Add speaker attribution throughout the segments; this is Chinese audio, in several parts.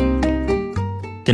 Speaker 1: 听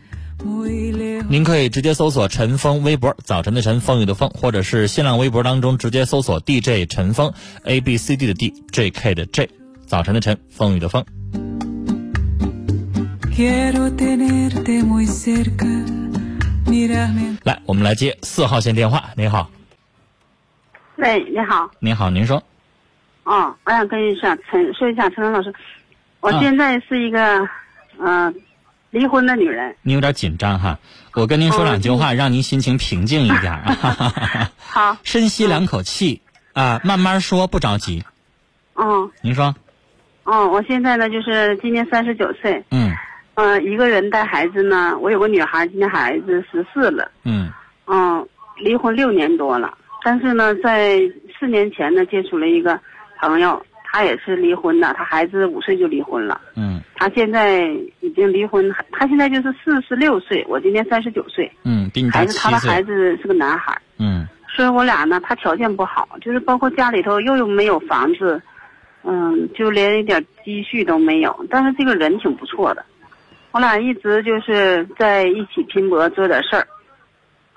Speaker 2: muy lejos,
Speaker 1: 您可以直接搜索“陈峰微博”，早晨的晨，风雨的风，或者是新浪微博当中直接搜索 “DJ 陈峰 ”，A B C D 的 D，J K 的 J，早晨的晨，风雨的风。
Speaker 2: quiero tenerte muy cerca. Mírame,
Speaker 1: 来，我们来接四号线电话。您好，
Speaker 3: 喂，你好，
Speaker 1: 您好，您说，
Speaker 3: 哦，我想跟一下陈说一下陈文老师，我
Speaker 1: 啊
Speaker 3: 现在是一个嗯、呃离婚的女人，
Speaker 1: 您有点紧张哈，我跟您说两句话，让您心情平静一点啊，
Speaker 3: 好，
Speaker 1: 深吸两口气啊，慢慢说，不着急。
Speaker 3: 嗯
Speaker 1: 您说，
Speaker 3: 嗯，我现在呢就是今年三十九岁，
Speaker 1: 嗯
Speaker 3: 嗯、一个人带孩子呢，我有个女孩，今年孩子十四了，
Speaker 1: 嗯
Speaker 3: 嗯、离婚六年多了，但是呢，在四年前呢接触了一个朋友，她也是离婚的，她孩子五岁就离婚了，
Speaker 1: 嗯
Speaker 3: 她现在已经离婚，她现在就是四十六岁，我今年三十九岁，
Speaker 1: 嗯，比你大
Speaker 3: 孩子
Speaker 1: 七
Speaker 3: 她的孩
Speaker 1: 岁，
Speaker 3: 子是个男孩。
Speaker 1: 嗯
Speaker 3: 所以我俩呢，他条件不好，就是包括家里头又又没有房子，嗯，就连一点积蓄都没有。但是这个人挺不错的，我俩一直就是在一起拼搏做点事儿。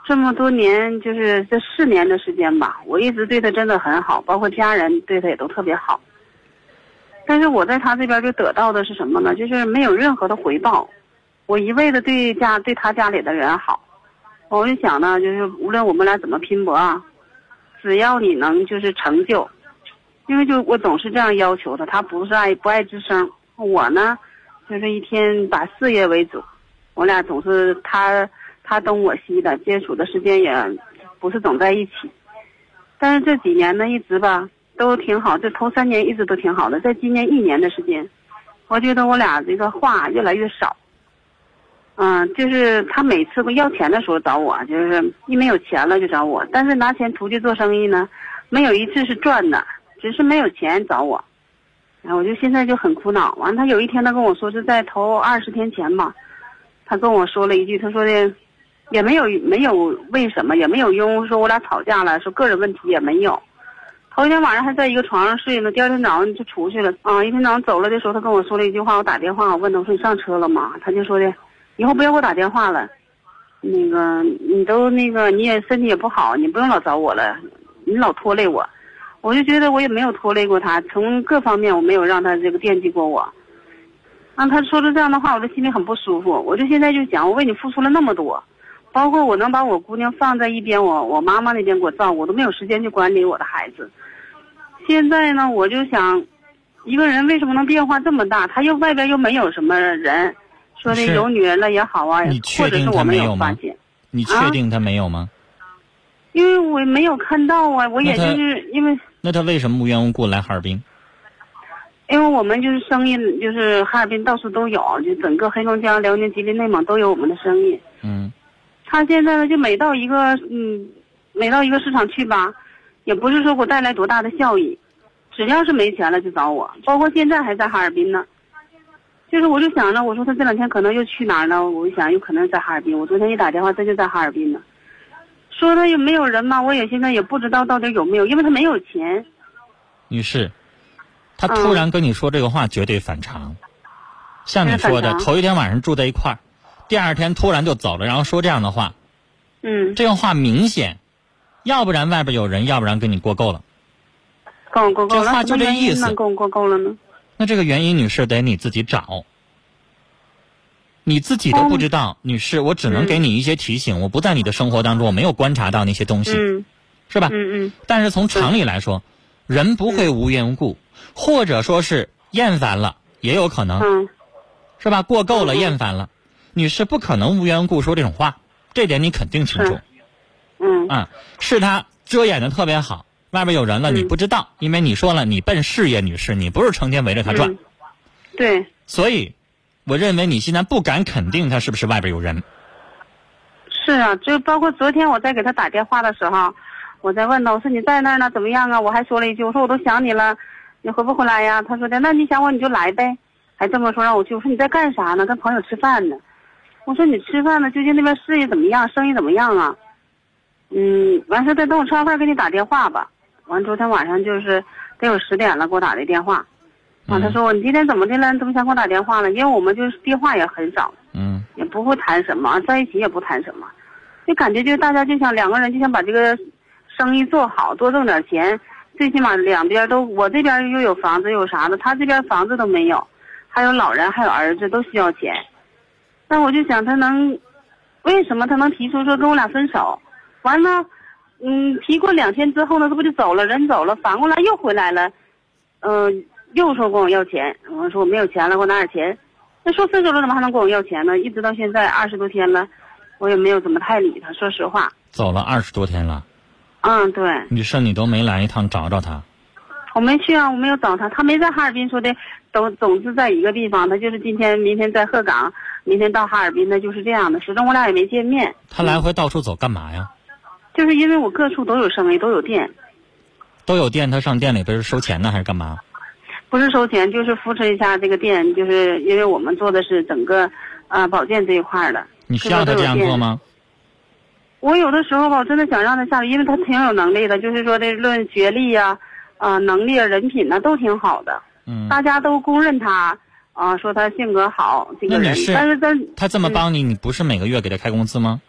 Speaker 3: 这么多年，就是这四年的时间吧，我一直对他真的很好，包括家人对他也都特别好。但是我在他这边就得到的是什么呢？就是没有任何的回报，我一味的对家对他家里的人好，我就想呢，就是无论我们俩怎么拼搏啊，只要你能就是成就，因为就我总是这样要求他，他不是爱不爱吱声。我呢，就是一天把事业为主，我俩总是他他东我西的，接触的时间也不是总在一起。但是这几年呢，一直吧都挺好，这头三年一直都挺好的，在今年一年的时间，我觉得我俩这个话越来越少。嗯，就是他每次要钱的时候找我，啊就是一没有钱了就找我，但是拿钱出去做生意呢，没有一次是赚的，只是没有钱找我。然后我就现在就很苦恼。完，他有一天他跟我说是在头二十天前吧，他跟我说了一句，他说的也没有没有为什么，也没有因为说我俩吵架了，说个人问题也没有。头一天晚上还在一个床上睡呢，第二天早上就出去了。啊、一天早上走了的时候，他跟我说了一句话，我打电话我问他我说你上车了吗？他就说的。以后不要给我打电话了。那个，你都那个，你也身体也不好，你不用老找我了，你老拖累我。我就觉得我也没有拖累过他，从各方面我没有让他这个惦记过我。让他说出这样的话，我就心里很不舒服。我就现在就想，我为你付出了那么多，包括我能把我姑娘放在一边，我我妈妈那边给我照顾，我都没有时间去管理我的孩子。现在呢，我就想，一个人为什么能变化这么大？他又外边又没有什么人，说的
Speaker 1: 是
Speaker 3: 有女人了也好啊，
Speaker 1: 你确
Speaker 3: 或者
Speaker 1: 定
Speaker 3: 是
Speaker 1: 他
Speaker 3: 我
Speaker 1: 没有
Speaker 3: 有
Speaker 1: 吗
Speaker 3: 发现，啊
Speaker 1: 你确定他没有吗？
Speaker 3: 因为我没有看到啊，我
Speaker 1: 那
Speaker 3: 也就
Speaker 1: 他
Speaker 3: 是因为
Speaker 1: 那他为什么无缘无故来哈尔滨？
Speaker 3: 因为我们就是生意，就是哈尔滨到处都有，就整个黑龙江、辽宁、吉林、内蒙都有我们的生意。
Speaker 1: 嗯
Speaker 3: 他现在呢，就每到一个嗯，每到一个市场去吧，也不是说给我带来多大的效益，只要是没钱了就找我，包括现在还在哈尔滨呢。就是我就想着，我说他这两天可能又去哪儿呢？我就想有可能在哈尔滨。我昨天一打电话，他就在哈尔滨呢。说他有没有人嘛？我也现在也不知道到底有没有，因为他没有钱。
Speaker 1: 女士，他突然跟你说这个话，绝对反常。像你说
Speaker 3: 绝对
Speaker 1: 的，
Speaker 3: 嗯反常
Speaker 1: 头一天晚上住在一块儿，第二天突然就走了，然后说这样的话，
Speaker 3: 嗯，
Speaker 1: 这个话明显，要不然外边有人，要不然跟你过够了。
Speaker 3: 跟我过够
Speaker 1: 这
Speaker 3: 了，
Speaker 1: 话
Speaker 3: 那什
Speaker 1: 就
Speaker 3: 么
Speaker 1: 这
Speaker 3: 原
Speaker 1: 意
Speaker 3: 因
Speaker 1: 思
Speaker 3: 呢跟我过够了呢？
Speaker 1: 那这个原因，女士得你自己找。你自己都不知道，女士，我只能
Speaker 3: 嗯
Speaker 1: 给你一些提醒。我不在你的生活当中，我没有观察到那些东西，
Speaker 3: 嗯
Speaker 1: 是吧？
Speaker 3: 嗯嗯
Speaker 1: 但是从常理来说，人不会无缘无故，或者说是厌烦了，也有可能。
Speaker 3: 嗯
Speaker 1: 是吧？过够了，
Speaker 3: 嗯
Speaker 1: 厌烦了，女士不可能无缘无故说这种话，这点你肯定清楚
Speaker 3: 是。嗯
Speaker 1: 啊，是他遮掩的特别好，外边有人了你
Speaker 3: 嗯
Speaker 1: 不知道，因为你说了你奔事业，女士，你不是成天围着他转，
Speaker 3: 嗯，对，
Speaker 1: 所以我认为你现在不敢肯定他是不是外边有人。
Speaker 3: 是啊，就包括昨天我在给他打电话的时候，我在问他，我说你在那儿呢，怎么样啊？我还说了一句，我说我都想你了，你回不回来呀？他说的，那你想我你就来呗，还这么说让我去。我说你在干啥呢？跟朋友吃饭呢。我说你吃饭呢，究竟那边事业怎么样，生意怎么样啊？嗯，完事儿再等我吃完饭给你打电话吧。完昨天晚上就是得有十点了，给我打的电话。啊，他
Speaker 1: 嗯
Speaker 3: 说你今天怎么的了？你怎么想给我打电话了？因为我们就是电话也很少。
Speaker 1: 嗯
Speaker 3: 也不会谈什么，在一起也不谈什么，就感觉就大家就想两个人就想把这个生意做好，多挣点钱，最起码两边都我这边又有房子又有啥的，他这边房子都没有，还有老人还有儿子都需要钱，那我就想他能，为什么他能提出说跟我俩分手？完了，嗯，提过两天之后呢，这不就走了，人走了，反过来又回来了，嗯、又说管我要钱，我说我没有钱了，给我拿点钱。那说分手了怎么还能管我要钱呢？一直到现在二十多天了，我也没有怎么太理他。说实话，
Speaker 1: 走了二十多天了，
Speaker 3: 嗯，对，
Speaker 1: 女士你都没来一趟找找他，
Speaker 3: 我没去啊，我没有找他，他没在哈尔滨，说的总总是在一个地方，他就是今天、明天在鹤岗，明天到哈尔滨，他就是这样的。始终我俩也没见面，
Speaker 1: 他来回到处走干嘛呀？
Speaker 3: 就是因为我各处都有生意，都有店，
Speaker 1: 都有店，他上店里边收钱呢，还是干嘛？
Speaker 3: 不是收钱，就是扶持一下这个店，就是因为我们做的是整个，呃，保健这一块儿的。
Speaker 1: 你需要他
Speaker 3: 各处都有
Speaker 1: 这样
Speaker 3: 店
Speaker 1: 做吗？
Speaker 3: 我有的时候吧，我真的想让他下来，因为他挺有能力的，就是说这论学历呀、啊，能力啊、人品呐、都挺好的，
Speaker 1: 嗯，
Speaker 3: 大家都公认他，啊、说他性格好，这个
Speaker 1: 那你
Speaker 3: 人。
Speaker 1: 是
Speaker 3: 但是在
Speaker 1: 他这么
Speaker 3: 嗯
Speaker 1: 帮你，你不是每个月给他开工资吗？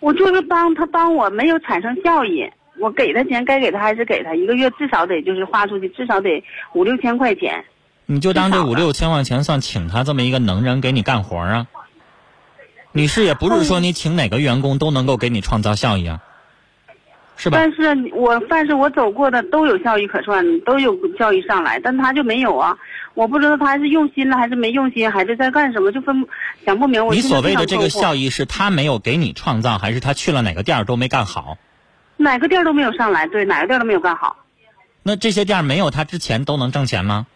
Speaker 3: 我就是帮他帮我，没有产生效益。我给他钱，该给他还是给他，一个月至少得就是花出去，至少得五六千块钱。
Speaker 1: 你就当这
Speaker 3: 挺好
Speaker 1: 五
Speaker 3: 的
Speaker 1: 六千块钱算请他这么一个能人给你干活啊？女士也不是说你请哪个员工都能够给你创造效益啊，是吧？
Speaker 3: 但是我凡是我走过的都有效益可算，都有效益上来，但他就没有啊。我不知道他是用心了还是没用心，还是在干什么，就分不想不明。我
Speaker 1: 你
Speaker 3: 现在
Speaker 1: 所谓的
Speaker 3: 非
Speaker 1: 这
Speaker 3: 常
Speaker 1: 个
Speaker 3: 困惑
Speaker 1: 效益是他没有给你创造，还是他去了哪个店儿都没干好？
Speaker 3: 哪个店儿都没有上来，对，哪个店儿都没有干好。
Speaker 1: 那这些店儿没有他之前都能挣钱吗？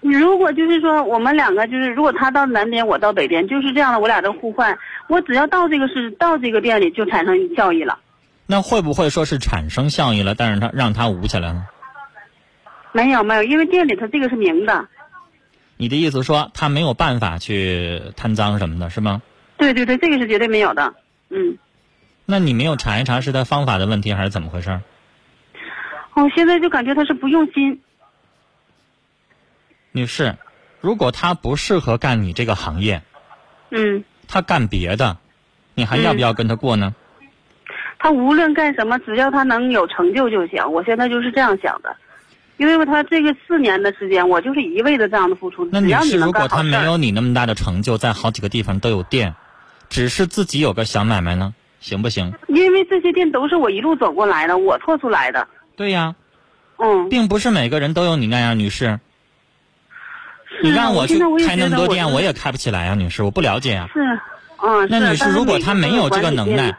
Speaker 3: 如果就是说我们两个就是，如果他到南边，我到北边，就是这样的，我俩都互换。我只要到这个市，到这个店里就产生效益了，
Speaker 1: 那会不会说是产生效益了，但是他让他捂起来了？
Speaker 3: 没有没有，因为店里它这个是明的。
Speaker 1: 你的意思说他没有办法去贪赃什么的，是吗？
Speaker 3: 对对对，这个是绝对没有的。嗯，
Speaker 1: 那你没有查一查是他方法的问题还是怎么回事儿？
Speaker 3: 我哦现在就感觉他是不用心。
Speaker 1: 女士，如果他不适合干你这个行业，
Speaker 3: 嗯，
Speaker 1: 他干别的，你还要不要跟他过
Speaker 3: 嗯
Speaker 1: 呢？
Speaker 3: 他无论干什么，只要他能有成就就行。我现在就是这样想的，因为他这个四年的时间，我就是一味的这样的付出。
Speaker 1: 那
Speaker 3: 只
Speaker 1: 女
Speaker 3: 要你
Speaker 1: 士，
Speaker 3: 能
Speaker 1: 如果
Speaker 3: 干好
Speaker 1: 他没
Speaker 3: 事儿
Speaker 1: 有你那么大的成就，在好几个地方都有店，只是自己有个小买卖呢，行不行？
Speaker 3: 因为这些店都是我一路走过来的，我拓出来的。
Speaker 1: 对呀，
Speaker 3: 嗯，
Speaker 1: 并不是每个人都有你那样，女士。你
Speaker 3: 是啊
Speaker 1: 让
Speaker 3: 我
Speaker 1: 去
Speaker 3: 现在我也
Speaker 1: 开那么
Speaker 3: 觉得
Speaker 1: 多
Speaker 3: 我
Speaker 1: 店，
Speaker 3: 是
Speaker 1: 我也开不起来啊，女士，我不了解呀、
Speaker 3: 是，嗯，
Speaker 1: 那
Speaker 3: 是
Speaker 1: 女士，
Speaker 3: 但是
Speaker 1: 如果
Speaker 3: 每个
Speaker 1: 他
Speaker 3: 都
Speaker 1: 没有这
Speaker 3: 管
Speaker 1: 个
Speaker 3: 理
Speaker 1: 能
Speaker 3: 店
Speaker 1: 耐
Speaker 3: 的，嗯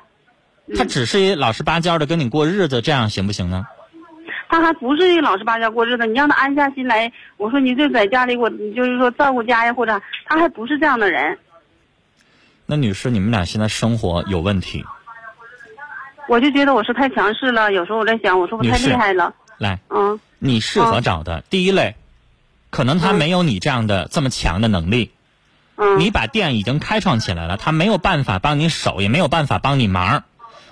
Speaker 1: 他只是老实巴交的跟你过日子，这样行不行呢？
Speaker 3: 他还不是老实巴交过日子，你让他安下心来。我说你就在家里，我你就是说照顾家呀，或者他还不是这样的人。
Speaker 1: 那女士，你们俩现在生活有问题。
Speaker 3: 我就觉得我是太强势了，有时候我在想，我是不是太
Speaker 1: 女士
Speaker 3: 厉害了？
Speaker 1: 来，
Speaker 3: 嗯
Speaker 1: 你适合找的、第一类，可能他
Speaker 3: 嗯
Speaker 1: 没有你这样的这么强的能力，
Speaker 3: 嗯，
Speaker 1: 你把店已经开创起来了，他没有办法帮你守，也没有办法帮你忙，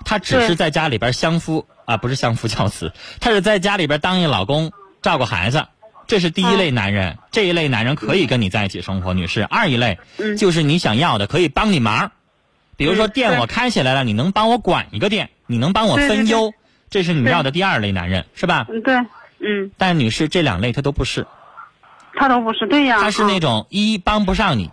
Speaker 1: 他只
Speaker 3: 对
Speaker 1: 是在家里边相夫啊，不是相夫教子，他是在家里边当一老公，照顾孩子。这是第一类男人，这一类男人可以跟你在一起生活，女士。二一类、
Speaker 3: 嗯
Speaker 1: 就是你想要的，可以帮你忙，比如说
Speaker 3: 嗯
Speaker 1: 店
Speaker 3: 对
Speaker 1: 我开起来了，你能帮我管一个店，你能帮我
Speaker 3: 对对
Speaker 1: 分
Speaker 3: 对
Speaker 1: 忧，这是你
Speaker 3: 对
Speaker 1: 要的第二类男人，是吧？
Speaker 3: 嗯对，嗯，
Speaker 1: 但女士这两类他都不是，
Speaker 3: 他都不是对呀。
Speaker 1: 他是那
Speaker 3: 嗯
Speaker 1: 种一帮不上你，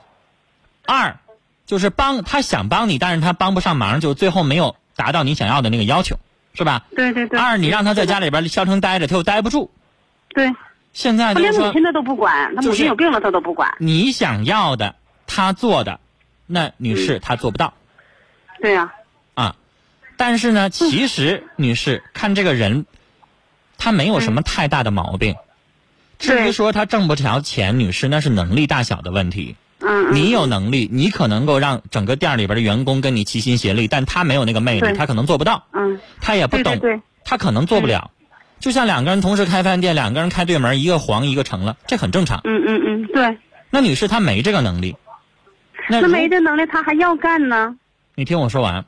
Speaker 1: 二就是帮他想帮你，但是他帮不上忙，就最后没有达到你想要的那个要求，是吧？
Speaker 3: 对对对。
Speaker 1: 二你让他在家里边消停待着，他又待不住。
Speaker 3: 对，
Speaker 1: 现在
Speaker 3: 他
Speaker 1: 就是
Speaker 3: 连母
Speaker 1: 说
Speaker 3: 亲他都不管，他
Speaker 1: 就
Speaker 3: 母
Speaker 1: 是
Speaker 3: 亲有病了他都不管。
Speaker 1: 你想要的他做的，那女士
Speaker 3: 嗯
Speaker 1: 他做不到
Speaker 3: 对呀、
Speaker 1: 啊。但是
Speaker 3: 嗯
Speaker 1: 呢，其实女士看这个人，他没有什么太大的毛病。至于
Speaker 3: 嗯对
Speaker 1: 说他挣不着钱，女士那是能力大小的问题。
Speaker 3: 嗯嗯。
Speaker 1: 你有能力，你可能够让整个店里边的员工跟你齐心协力，但他没有那个魅力，
Speaker 3: 对
Speaker 1: 他可能做不到，
Speaker 3: 嗯，
Speaker 1: 他也不
Speaker 3: 对
Speaker 1: 懂，
Speaker 3: 对嗯对，
Speaker 1: 他可能做不了。就像两个人同时开饭店，两个人开对门，一个黄一个成了，这很正常。
Speaker 3: 嗯嗯嗯，对。
Speaker 1: 那女士她没这个能力，那
Speaker 3: 那
Speaker 1: 如
Speaker 3: 没这能力，他还要干呢。
Speaker 1: 你听我说完，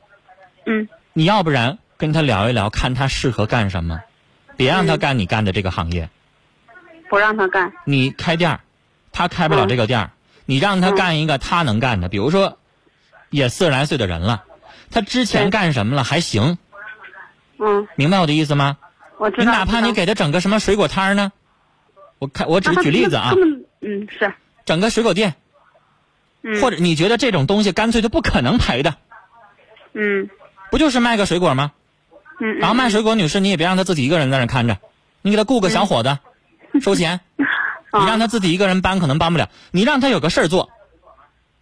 Speaker 3: 嗯，
Speaker 1: 你要不然跟他聊一聊，看他适合干什么，别让
Speaker 3: 嗯
Speaker 1: 他干你干的这个行业。
Speaker 3: 不让他干。
Speaker 1: 你开店儿，他开不了
Speaker 3: 嗯
Speaker 1: 这个店儿，你让他
Speaker 3: 嗯
Speaker 1: 干一个他能干的，比如说，也四十来岁的人了，他之前
Speaker 3: 对
Speaker 1: 干什么了还行，
Speaker 3: 嗯，
Speaker 1: 明白我的意思吗？
Speaker 3: 我知
Speaker 1: 你
Speaker 3: 道。
Speaker 1: 哪怕
Speaker 3: 知道
Speaker 1: 你给他整个什么水果摊儿呢，我看我只
Speaker 3: 那他
Speaker 1: 举例子啊
Speaker 3: 根，本嗯，是。
Speaker 1: 整个水果店，
Speaker 3: 嗯、
Speaker 1: 或者你觉得这种东西干脆就不可能赔的，
Speaker 3: 嗯
Speaker 1: 不就是卖个水果吗？
Speaker 3: 嗯，
Speaker 1: 然后卖水果女士你也别让她自己一个人在那儿看着，你给她雇个小伙子，
Speaker 3: 嗯
Speaker 1: 收 钱，你让
Speaker 3: 他
Speaker 1: 她自己一个人搬可能搬不了，你让她有个事儿做，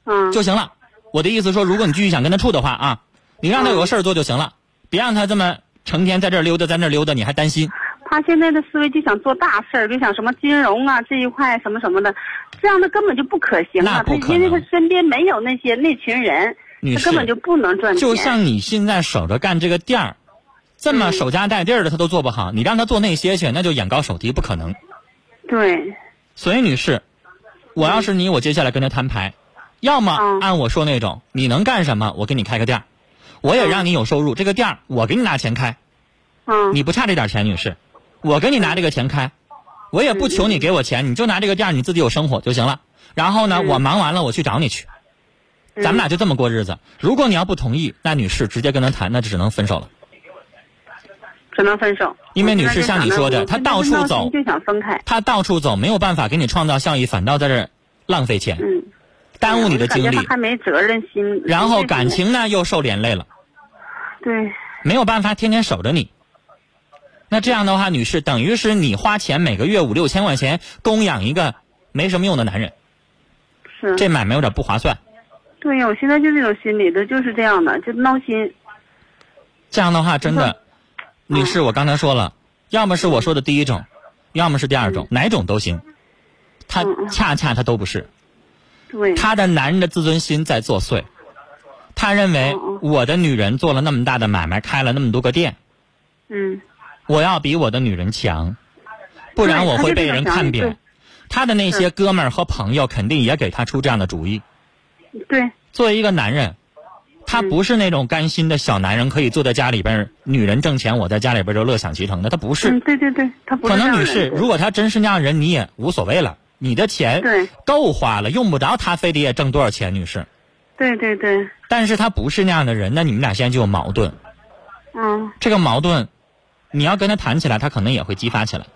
Speaker 3: 嗯
Speaker 1: 就行了。我的意思说，如果你继续想跟他处的话啊，你让他有个事儿做就行了，别让他这么成天在这儿溜达，在那儿溜达，你还担心。
Speaker 3: 他现在的思维就想做大事儿，就想什么金融啊这一块什么什么的，这样的根本就不可行
Speaker 1: 那
Speaker 3: 啊！
Speaker 1: 不
Speaker 3: 他
Speaker 1: 可
Speaker 3: 因为
Speaker 1: 能
Speaker 3: 他身边没有那些那群人，
Speaker 1: 女
Speaker 3: 他
Speaker 1: 士
Speaker 3: 根，本就不能赚钱。
Speaker 1: 就像你现在守着干这个店儿，这么
Speaker 3: 嗯
Speaker 1: 守家带地儿的他都做不好，你让他做那些去，那就眼高手低，不可能。
Speaker 3: 对，
Speaker 1: 所以，女士，我要是你，我接下来跟他摊牌，要么
Speaker 3: 嗯
Speaker 1: 按我说那种，你能干什么，我给你开个店儿，我也让你有收入，这个店儿我给你拿钱开，
Speaker 3: 嗯，
Speaker 1: 你不差这点钱，女士，我给你拿这个钱开，我也不求你给我钱，你就拿这个店儿你自己有生活就行了。然后呢，
Speaker 3: 嗯
Speaker 1: 我忙完了我去找你去，咱们俩就这么过日子。如果你要不同意，那女士直接跟他谈，那只能分手了。
Speaker 3: 只能分手。
Speaker 1: 因为女士像你说的
Speaker 3: 我
Speaker 1: 她
Speaker 3: 现在
Speaker 1: 到处
Speaker 3: 闹心
Speaker 1: 走
Speaker 3: 就想分开。
Speaker 1: 他到处走没有办法给你创造效益，反倒在这儿浪费钱，
Speaker 3: 嗯，
Speaker 1: 耽误你的精
Speaker 3: 我就
Speaker 1: 力
Speaker 3: 感觉他，还没责任心，
Speaker 1: 然后感
Speaker 3: 这是
Speaker 1: 情呢又受连累了，
Speaker 3: 对，
Speaker 1: 没有办法天天守着你。那这样的话，女士等于是你花钱每个月五六千块钱供养一个没什么用的男人，
Speaker 3: 是
Speaker 1: 这买卖有点不划算。
Speaker 3: 对呀，我现在就这种心理的，就是这样的，就闹心。
Speaker 1: 这样的话，真的，
Speaker 3: 嗯
Speaker 1: 女士，我刚才说了，要么是我说的第一种，要么是第二种，哪种都行。他
Speaker 3: 嗯嗯嗯
Speaker 1: 恰恰他都不是，
Speaker 3: 对，
Speaker 1: 他的男人的自尊心在作祟。他认为
Speaker 3: 嗯
Speaker 1: 我的女人做了那么大的买卖，开了那么多个店，
Speaker 3: 嗯，
Speaker 1: 我要比我的女人强，不然我会被人看
Speaker 3: 对他就是这种想
Speaker 1: 扁
Speaker 3: 法。
Speaker 1: 他的那些哥们儿和朋友肯定也给他出这样的主意。
Speaker 3: 对，
Speaker 1: 作为一个男人，他不是那种甘心的小男人，可以坐在家里边儿，女人挣钱，我在家里边儿就乐享其成的。他不是
Speaker 3: 嗯，，对对对，他不是
Speaker 1: 可
Speaker 3: 这样
Speaker 1: 能
Speaker 3: 的
Speaker 1: 女士，
Speaker 3: 人
Speaker 1: 如果他真是那样人，你也无所谓了，你的钱
Speaker 3: 对
Speaker 1: 够花了，用不着他非得也挣多少钱，女士。
Speaker 3: 对对对，
Speaker 1: 但是他不是那样的人，那你们俩现在就有矛盾。
Speaker 3: 嗯，
Speaker 1: 这个矛盾，你要跟他谈起来，他可能也会激发起来。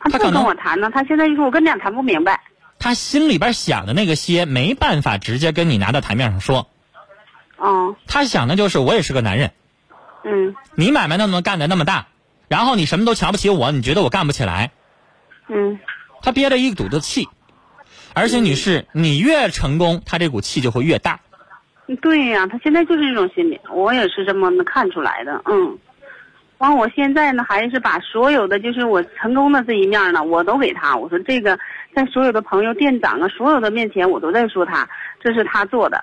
Speaker 3: 他
Speaker 1: 他
Speaker 3: 不
Speaker 1: 可能
Speaker 3: 跟我谈呢，他现在就说我跟你俩谈不明白。
Speaker 1: 他心里边想的那个些，没办法直接跟你拿到台面上说。
Speaker 3: 嗯
Speaker 1: 他想的就是我也是个男人，
Speaker 3: 嗯
Speaker 1: 你买卖那么干的那么大，然后你什么都瞧不起我，你觉得我干不起来，
Speaker 3: 嗯，
Speaker 1: 他憋着一股子气。而且女士，你越成功，他这股气就会越大。
Speaker 3: 对呀、他现在就是这种心理，我也是这么能看出来的。嗯，完，我现在呢，还是把所有的就是我成功的这一面呢，我都给他。我说这个，在所有的朋友、店长啊，所有的面前，我都在说他，这是他做的，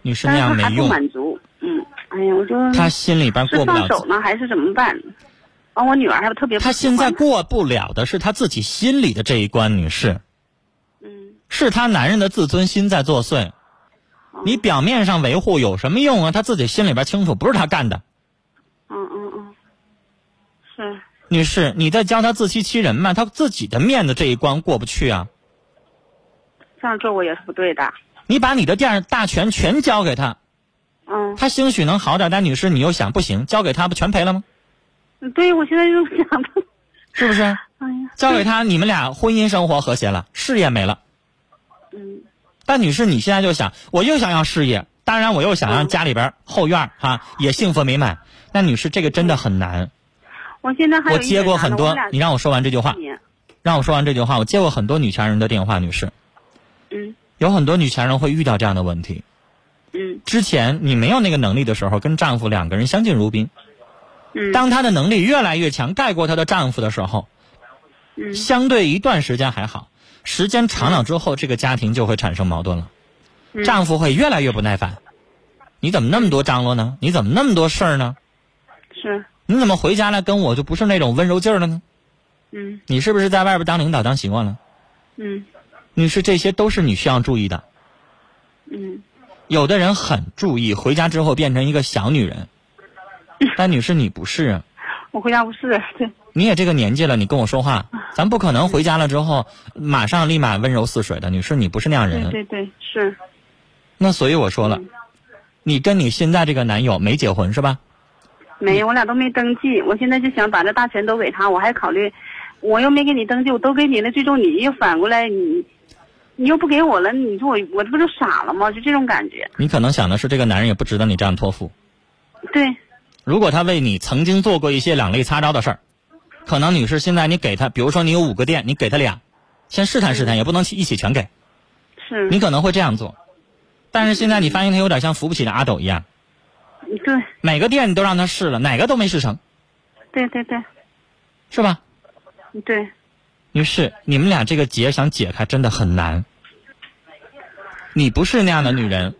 Speaker 1: 你是
Speaker 3: 但
Speaker 1: 那
Speaker 3: 是
Speaker 1: 样
Speaker 3: 他
Speaker 1: 没
Speaker 3: 还不
Speaker 1: 用，
Speaker 3: 满足。嗯，哎呀，我就
Speaker 1: 他心里边
Speaker 3: 是
Speaker 1: 过不
Speaker 3: 放
Speaker 1: 了。
Speaker 3: 手呢，还是怎么办？哦完，我女儿还特别不
Speaker 1: 他
Speaker 3: 喜
Speaker 1: 现在
Speaker 3: 欢
Speaker 1: 过不了的是他自己心里的这一关，女士，
Speaker 3: 嗯，
Speaker 1: 是他男人的自尊心在作祟。
Speaker 3: 哦
Speaker 1: 你表面上维护有什么用啊？他自己心里边清楚，不是他干的。
Speaker 3: 嗯嗯嗯，是，
Speaker 1: 女士，你在教他自欺欺人嘛？他自己的面子这一关过不去啊！
Speaker 3: 这样做我也是不对的。
Speaker 1: 你把你的店儿大权全交给他，
Speaker 3: 嗯，
Speaker 1: 他兴许能好点儿。但女士，你又想不行，交给他不全赔了吗？
Speaker 3: 嗯对，我现在就想 的，
Speaker 1: 是不是？
Speaker 3: 哎呀，
Speaker 1: 交给他，你们俩婚姻生活和谐了，事业没了。
Speaker 3: 嗯
Speaker 1: 但女士，你现在就想，我又想要事业，当然我又想让家里边儿后院儿哈、也幸福美满。那女士，这个真的很难。
Speaker 3: 我现嗯在还有
Speaker 1: 我
Speaker 3: 一
Speaker 1: 接
Speaker 3: 点
Speaker 1: 过
Speaker 3: 啥呢
Speaker 1: 很
Speaker 3: 我
Speaker 1: 多
Speaker 3: 俩，嗯
Speaker 1: 你让我说完这句话，
Speaker 3: 年
Speaker 1: 让我说完这句话，我接过很多女强人的电话，女士，
Speaker 3: 嗯
Speaker 1: 有很多女强人会遇到这样的问题。
Speaker 3: 嗯
Speaker 1: 之前你没有那个能力的时候，跟丈夫两个人相敬如宾。
Speaker 3: 嗯，
Speaker 1: 当她的能力越来越强，盖过她的丈夫的时候，
Speaker 3: 嗯
Speaker 1: 相对一段时间还好，时间长了之后，这个家庭就会产生矛盾了。
Speaker 3: 嗯
Speaker 1: 丈夫会越来越不耐烦，你怎么那么多张罗呢？你怎么那么多事儿呢？
Speaker 3: 是，
Speaker 1: 你怎么回家来跟我就不是那种温柔劲儿了呢？
Speaker 3: 嗯
Speaker 1: 你是不是在外边当领导当习惯了？
Speaker 3: 嗯
Speaker 1: 女士，这些都是你需要注意的。
Speaker 3: 嗯
Speaker 1: 有的人很注意，回家之后变成一个小女人，但女士你不是啊。
Speaker 3: 我回家不是， 对，
Speaker 1: 你也这个年纪了，你跟我说话，咱不可能回家了之后马上立马温柔似水的。女士，你不是那样
Speaker 3: 对
Speaker 1: 人。
Speaker 3: 对对，是，
Speaker 1: 那所以我说了，你跟你现在这个男友没结婚是吧？
Speaker 3: 没有，我俩都没登记，我现在就想把这大权都给他，我还考虑，我又没给你登记，我都给你了，最终你又反过来你。你又不给我了，你说我我这不就傻了吗？就这种感觉，
Speaker 1: 你可能想的是这个男人也不值得你这样托付。
Speaker 3: 对，
Speaker 1: 如果他为你曾经做过一些两肋插刀的事儿，可能女士现在你给他，比如说你有五个店，你给他俩，先试探试探，也不能一起全给，
Speaker 3: 是，
Speaker 1: 你可能会这样做。但是现在你发现他有点像扶不起的阿斗一样，
Speaker 3: 对
Speaker 1: 每个店你都让他试了，哪个都没试成，
Speaker 3: 对对对
Speaker 1: 是吧？
Speaker 3: 对，
Speaker 1: 女士，你们俩这个结想解开真的很难。你不是那样的女人，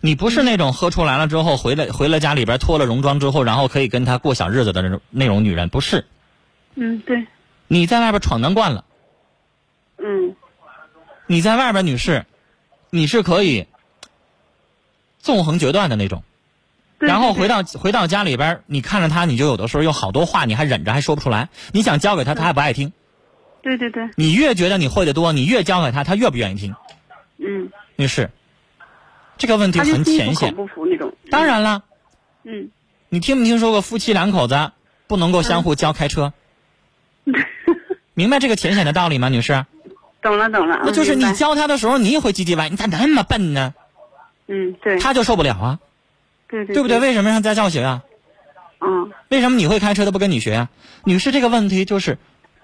Speaker 1: 你不是那种喝出来了之后回来回了家里边脱了戎装之后，然后可以跟他过小日子的那种那种女人，不是。
Speaker 3: 嗯对，
Speaker 1: 你在外边闯荡惯了，
Speaker 3: 嗯
Speaker 1: 你在外边，女士，你是可以纵横决断的那种。
Speaker 3: 对，
Speaker 1: 然后
Speaker 3: 对
Speaker 1: 回到回到家里边，你看着他，你就有的时候有好多话你还忍着还说不出来，你想教给他，他还不爱听。
Speaker 3: 对对对，
Speaker 1: 你越觉得你会的多，你越教给他，他越不愿意听。
Speaker 3: 嗯，
Speaker 1: 女士，这个问题
Speaker 3: 他就
Speaker 1: 很
Speaker 3: 心
Speaker 1: 浅
Speaker 3: 服口
Speaker 1: 显。
Speaker 3: 不服那种。
Speaker 1: 当然了，
Speaker 3: 嗯，
Speaker 1: 你听没听说过夫妻两口子不能够相互教开 车？
Speaker 3: 嗯，
Speaker 1: 明白这个浅显的道理吗，女士？
Speaker 3: 懂了懂了，
Speaker 1: 那就是
Speaker 3: 嗯
Speaker 1: 你
Speaker 3: 啊明白
Speaker 1: 教他的时候，你也会唧唧歪，你咋那么笨呢？
Speaker 3: 嗯，对，
Speaker 1: 他就受不了啊，
Speaker 3: 对对
Speaker 1: 对不对？？为什么让他教学啊？
Speaker 3: 嗯
Speaker 1: 为什么你会开车他不跟你学啊？女士，这个问题就是，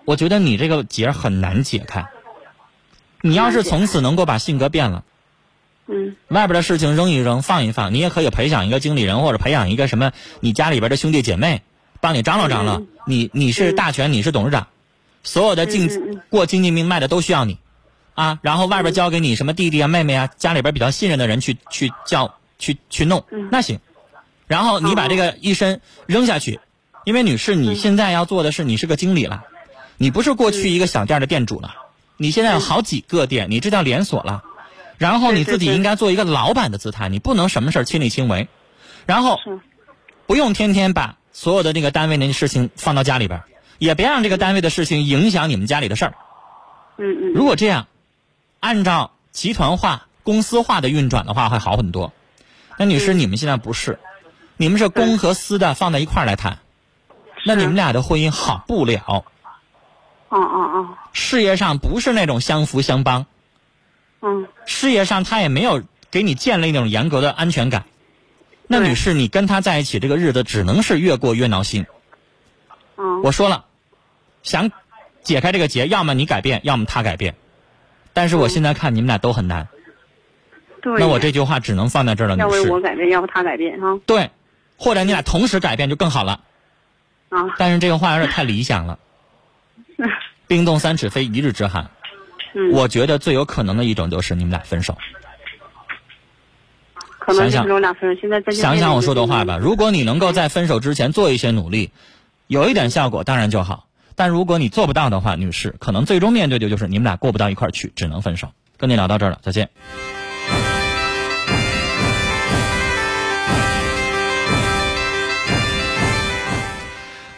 Speaker 1: 我觉得你这个结很难解开。你要是从此能够把性格变了，
Speaker 3: 嗯
Speaker 1: 外边的事情扔一扔，放一放，你也可以培养一个经理人，或者培养一个什么你家里边的兄弟姐妹，帮你张罗张罗
Speaker 3: 嗯。
Speaker 1: 你你是大权，你是董事长，所有的
Speaker 3: 嗯嗯
Speaker 1: 经
Speaker 3: 嗯
Speaker 1: 过经济命脉的都需要你，啊，然后外边交给你什么弟弟啊、妹妹啊，家里边比较信任的人去去叫去去弄
Speaker 3: 嗯，哦
Speaker 1: 那行。然后你把这个一身扔下去，因为女士，
Speaker 3: 嗯
Speaker 1: 你现在要做的是你是个经理了，你不是过去一个小店的店主了，你现在有好几个店，你这叫连锁了。然后你自己
Speaker 3: 对对对
Speaker 1: 应该做一个老板的姿态，你不能什么事儿亲力亲为，然后
Speaker 3: 是
Speaker 1: 不用天天把所有的这个单位的事情放到家里边儿，也别让这个单位的事情影响你们家里的事儿。
Speaker 3: 嗯嗯，
Speaker 1: 如果这样，按照集团化、公司化的运转的话，会好很多。那女士，你们现在不是，你们是公和私的放在一块儿来谈，那你们俩的婚姻好不了，
Speaker 3: 啊哦哦
Speaker 1: 事业上不是那种相扶相帮，
Speaker 3: 哦，嗯
Speaker 1: 事业上他也没有给你建立那种严格的安全感。那
Speaker 3: 对
Speaker 1: 女士，你跟他在一起这个日子只能是越过越闹心。
Speaker 3: 嗯，
Speaker 1: 我说了，想解开这个结，要么你改变，要么他改变。但是我现在看你们俩都很难，
Speaker 3: 对，
Speaker 1: 那我这句话只能放在这儿了，
Speaker 3: 嗯要
Speaker 1: 女
Speaker 3: 为我
Speaker 1: 士。
Speaker 3: 改变，要不他改变哈。
Speaker 1: 对，或者你俩同时改变就更好了。
Speaker 3: 啊，
Speaker 1: 但是这个话有点太理想了。 冰冻三尺非一日之寒，
Speaker 3: 嗯，
Speaker 1: 我觉得最有可能的一种就是你们俩分手。
Speaker 3: 可能就
Speaker 1: 想
Speaker 3: 是我俩分手，现在在这
Speaker 1: 想
Speaker 3: 边
Speaker 1: 想我
Speaker 3: 就是
Speaker 1: 说的话吧，如果你能够在分手之前做一些努力，有一点效果当然就好。但如果你做不到的话，女士，可能最终面对的就是你们俩过不到一块儿去，只能分手。跟你聊到这儿了，再见。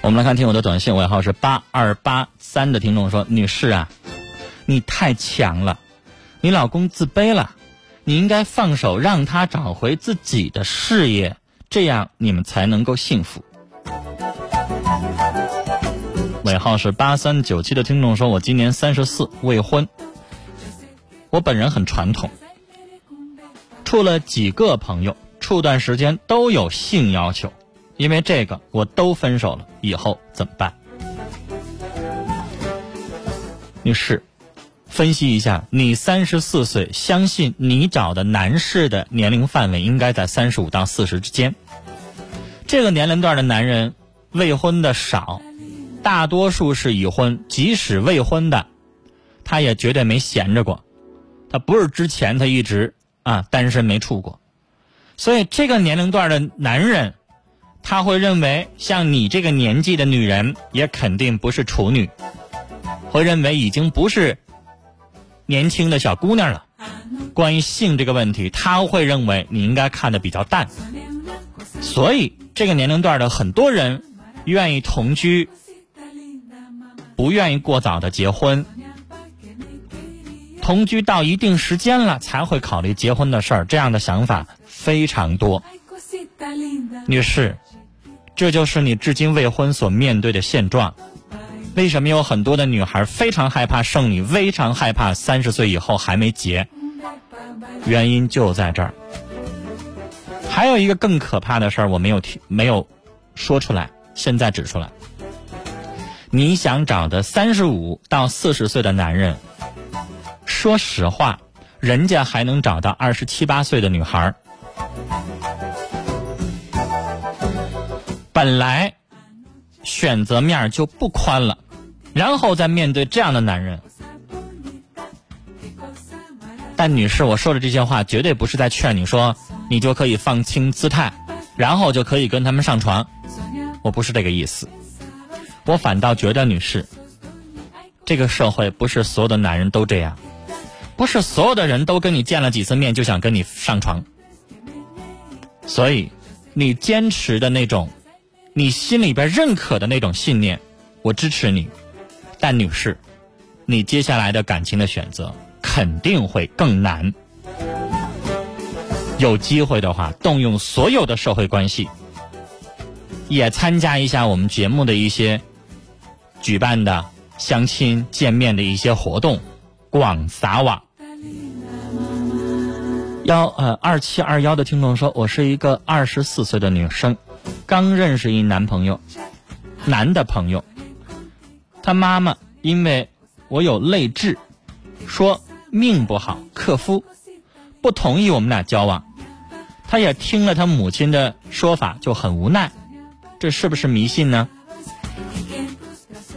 Speaker 1: 我们来看听友的短信，尾号是八二八三的听众说：“女士啊，你太强了，你老公自卑了。”你应该放手，让他找回自己的事业，这样你们才能够幸福。尾号是八三九七的听众说：“我今年三十四，未婚。我本人很传统，处了几个朋友，处段时间都有性要求，因为这个我都分手了，以后怎么办？”女士，分析一下，你三十四岁，相信你找的男士的年龄范围应该在三十五到四十之间。这个年龄段的男人，未婚的少，大多数是已婚，即使未婚的，他也绝对没闲着过。他不是之前他一直啊单身没处过，所以这个年龄段的男人，他会认为像你这个年纪的女人也肯定不是处女，会认为已经不是年轻的小姑娘了。关于性这个问题，他会认为你应该看得比较淡，所以这个年龄段的很多人愿意同居，不愿意过早的结婚。同居到一定时间了才会考虑结婚的事儿，这样的想法非常多。女士，这就是你至今未婚所面对的现状。为什么有很多的女孩非常害怕剩女，非常害怕三十岁以后还没结？原因就在这儿。还有一个更可怕的事儿，我没有提，没有说出来，现在指出来。你想找的三十五到四十岁的男人，说实话，人家还能找到二十七八岁的女孩儿。本来选择面儿就不宽了，然后再面对这样的男人。但女士，我说的这些话绝对不是在劝你说你就可以放轻姿态，然后就可以跟他们上床。我不是这个意思，我反倒觉得女士，这个社会不是所有的男人都这样，不是所有的人都跟你见了几次面就想跟你上床。所以，你坚持的那种你心里边认可的那种信念，我支持你。但女士，你接下来的感情的选择肯定会更难。有机会的话，动用所有的社会关系，也参加一下我们节目的一些举办的相亲见面的一些活动，广撒网。幺呃二七二幺的听众说，我是一个二十四岁的女生，刚认识一男朋友，男的朋友，他妈妈因为我有泪痣，说命不好克夫，不同意我们俩交往。他也听了他母亲的说法，就很无奈，这是不是迷信呢？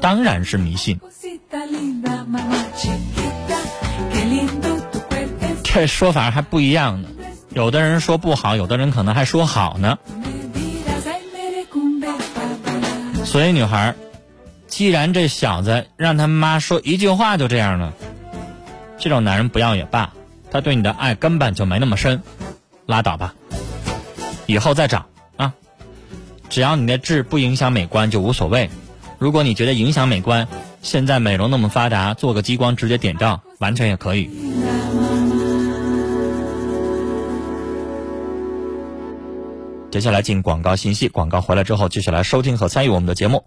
Speaker 1: 当然是迷信，
Speaker 2: Cosita linda, mamá chiquita, qué lindo tu cuerpo.
Speaker 1: 这说法还不一样呢。有的人说不好，有的人可能还说好呢。
Speaker 2: Me dirás, ay, me recumbe, papá.
Speaker 1: 所以女孩儿，既然这小子让他妈说一句话就这样了，这种男人不要也罢，他对你的爱根本就没那么深，拉倒吧，以后再找啊。只要你的痣不影响美观就无所谓。如果你觉得影响美观，现在美容那么发达，做个激光直接点照完全也可以。接下来进广告信息，广告回来之后继续来收听和参与我们的节目。